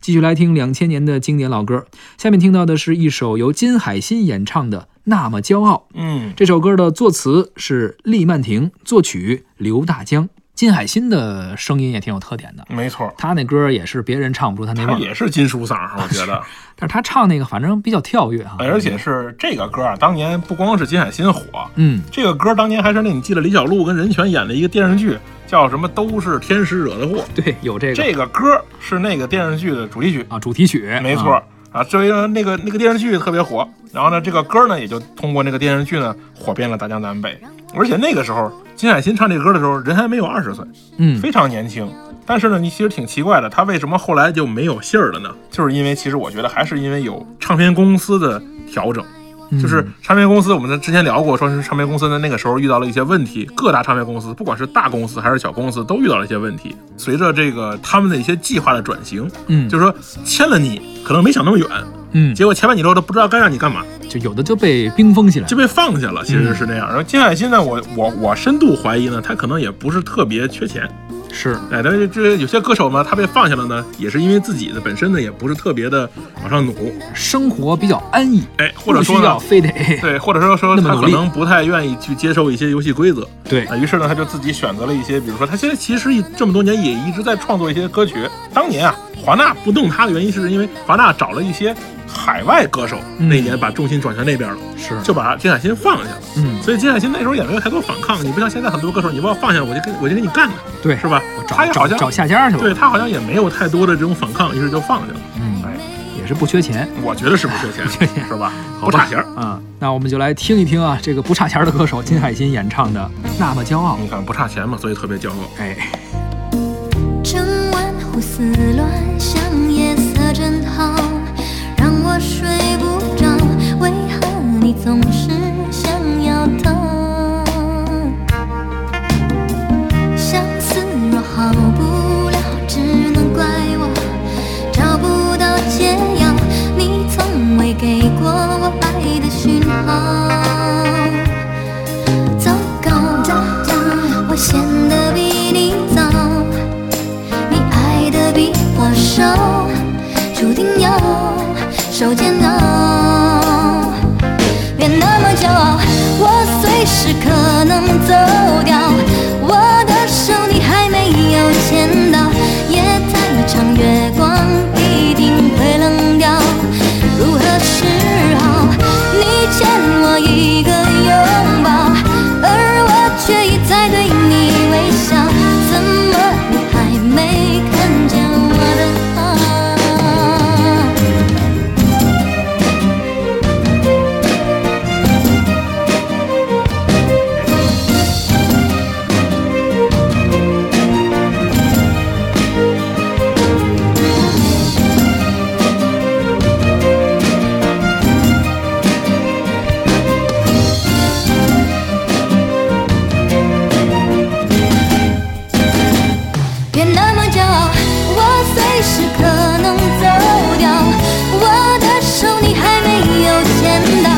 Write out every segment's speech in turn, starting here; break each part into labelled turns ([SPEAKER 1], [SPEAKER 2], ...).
[SPEAKER 1] 继续来听两千年的经典老歌，下面听到的是一首由金海心演唱的《那么骄傲》。
[SPEAKER 2] 嗯，
[SPEAKER 1] 这首歌的作词是厉曼婷，作曲刘大江。金海心的声音也挺有特点的，
[SPEAKER 2] 没错，
[SPEAKER 1] 他那歌也是别人唱不出他那味
[SPEAKER 2] 它
[SPEAKER 1] 儿，
[SPEAKER 2] 也是金属嗓，我觉 得，
[SPEAKER 1] 但是他唱那个反正比较跳跃啊。
[SPEAKER 2] 哎而且是这个歌啊，当年不光是金海心火，
[SPEAKER 1] 嗯，
[SPEAKER 2] 这个歌当年还是那你记得李小璐跟任泉演了一个电视剧，叫什么都是天使惹的祸，
[SPEAKER 1] 对，有这个
[SPEAKER 2] 这个歌是那个电视剧的主题曲，
[SPEAKER 1] 啊主题曲，
[SPEAKER 2] 没错。啊，所以呢，那个那个电视剧特别火，然后呢，这个歌呢也就通过那个电视剧呢火遍了大江南北。而且那个时候，金海心唱这歌的时候，人还没有二十岁，
[SPEAKER 1] 嗯，
[SPEAKER 2] 非常年轻。但是呢，你其实挺奇怪的，他为什么后来就没有信儿了呢？就是因为其实我觉得还是因为有唱片公司的调整，
[SPEAKER 1] 嗯
[SPEAKER 2] 就是唱片公司，我们之前聊过，说是唱片公司的那个时候遇到了一些问题，各大唱片公司，不管是大公司还是小公司，都遇到了一些问题。随着这个他们的一些计划的转型，
[SPEAKER 1] 嗯，
[SPEAKER 2] 就是说签了你，可能没想那么远，
[SPEAKER 1] 嗯，
[SPEAKER 2] 结果签完你之后都不知道该让你干嘛，
[SPEAKER 1] 就有的就被冰封起来
[SPEAKER 2] 就
[SPEAKER 1] 了。
[SPEAKER 2] 被放下了，其
[SPEAKER 1] 嗯
[SPEAKER 2] 实是那样。然后金海心呢，我我我深度怀疑呢，他可能也不是特别缺钱，
[SPEAKER 1] 是，
[SPEAKER 2] 哎，但是这有些歌手嘛，他被放下了呢，也是因为自己的本身呢也不是特别的往上努，
[SPEAKER 1] 生活比较安逸，
[SPEAKER 2] 哎，或者
[SPEAKER 1] 不
[SPEAKER 2] 说
[SPEAKER 1] 需要
[SPEAKER 2] 呢，
[SPEAKER 1] 非得
[SPEAKER 2] 对，或者说说
[SPEAKER 1] 那么
[SPEAKER 2] 他
[SPEAKER 1] 努
[SPEAKER 2] 可
[SPEAKER 1] 力
[SPEAKER 2] 能不太愿意去接受一些游戏规则。
[SPEAKER 1] 对
[SPEAKER 2] 啊，于是呢，他就自己选择了一些，比如说他现在其实这么多年也一直在创作一些歌曲。当年啊，华纳不动他的原因是因为华纳找了一些海外歌手，
[SPEAKER 1] 嗯
[SPEAKER 2] 那年把重心转向那边了，
[SPEAKER 1] 是，
[SPEAKER 2] 就把金海心放下了。
[SPEAKER 1] 嗯，
[SPEAKER 2] 所以金海心那时候也没有太多反抗，你不像现在很多歌手，你把我放下，我就跟我就跟你干了，
[SPEAKER 1] 对，
[SPEAKER 2] 是吧？他
[SPEAKER 1] 找找
[SPEAKER 2] 也好像
[SPEAKER 1] 找下家去
[SPEAKER 2] 对
[SPEAKER 1] 了，
[SPEAKER 2] 他好像也没有太多的这种反抗，于是就放下了。
[SPEAKER 1] 嗯
[SPEAKER 2] 哎，
[SPEAKER 1] 也是不缺钱，
[SPEAKER 2] 我觉得是不缺钱，
[SPEAKER 1] 缺钱
[SPEAKER 2] 是吧？
[SPEAKER 1] 好
[SPEAKER 2] 不
[SPEAKER 1] 吧
[SPEAKER 2] 差钱儿。
[SPEAKER 1] 啊。那我们就来听一听啊，这个不差钱的歌手金海心演唱的《那么骄傲》。
[SPEAKER 2] 你看不差钱嘛，所以特别骄傲。
[SPEAKER 1] 哎，
[SPEAKER 3] 整晚胡思乱想，夜色真好，让我睡不着。为何你总是想要逃？相思若好不了，只能怪我找不到解药。你从未给过我爱的讯号。糟糕，我陷得比你早，你爱得比我少，注定要受煎熬。别那么骄傲，我随时可能走掉，我的手你还没有牵到，夜太长，月光一定会冷掉，如何是好？你欠我一个拥抱，而我却一再对你微笑，怎么你还没看见我的好？别那么骄傲，我随时可能走掉，我的手你还没有牵到，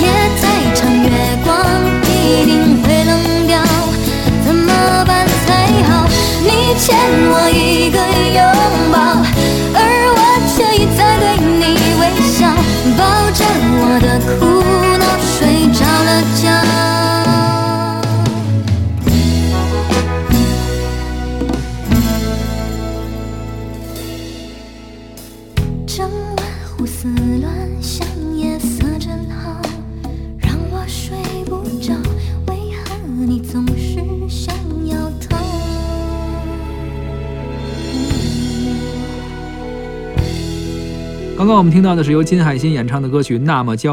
[SPEAKER 3] 夜太长，月光一定会冷掉，怎么办才好？你欠我一个拥抱，而我却一再对你微笑，抱着我的苦恼睡着了觉。整晚胡思乱想，夜色真好，让我睡不着。为何你总是想要逃？
[SPEAKER 1] 刚刚我们听到的是由金海心演唱的歌曲《那么骄傲》。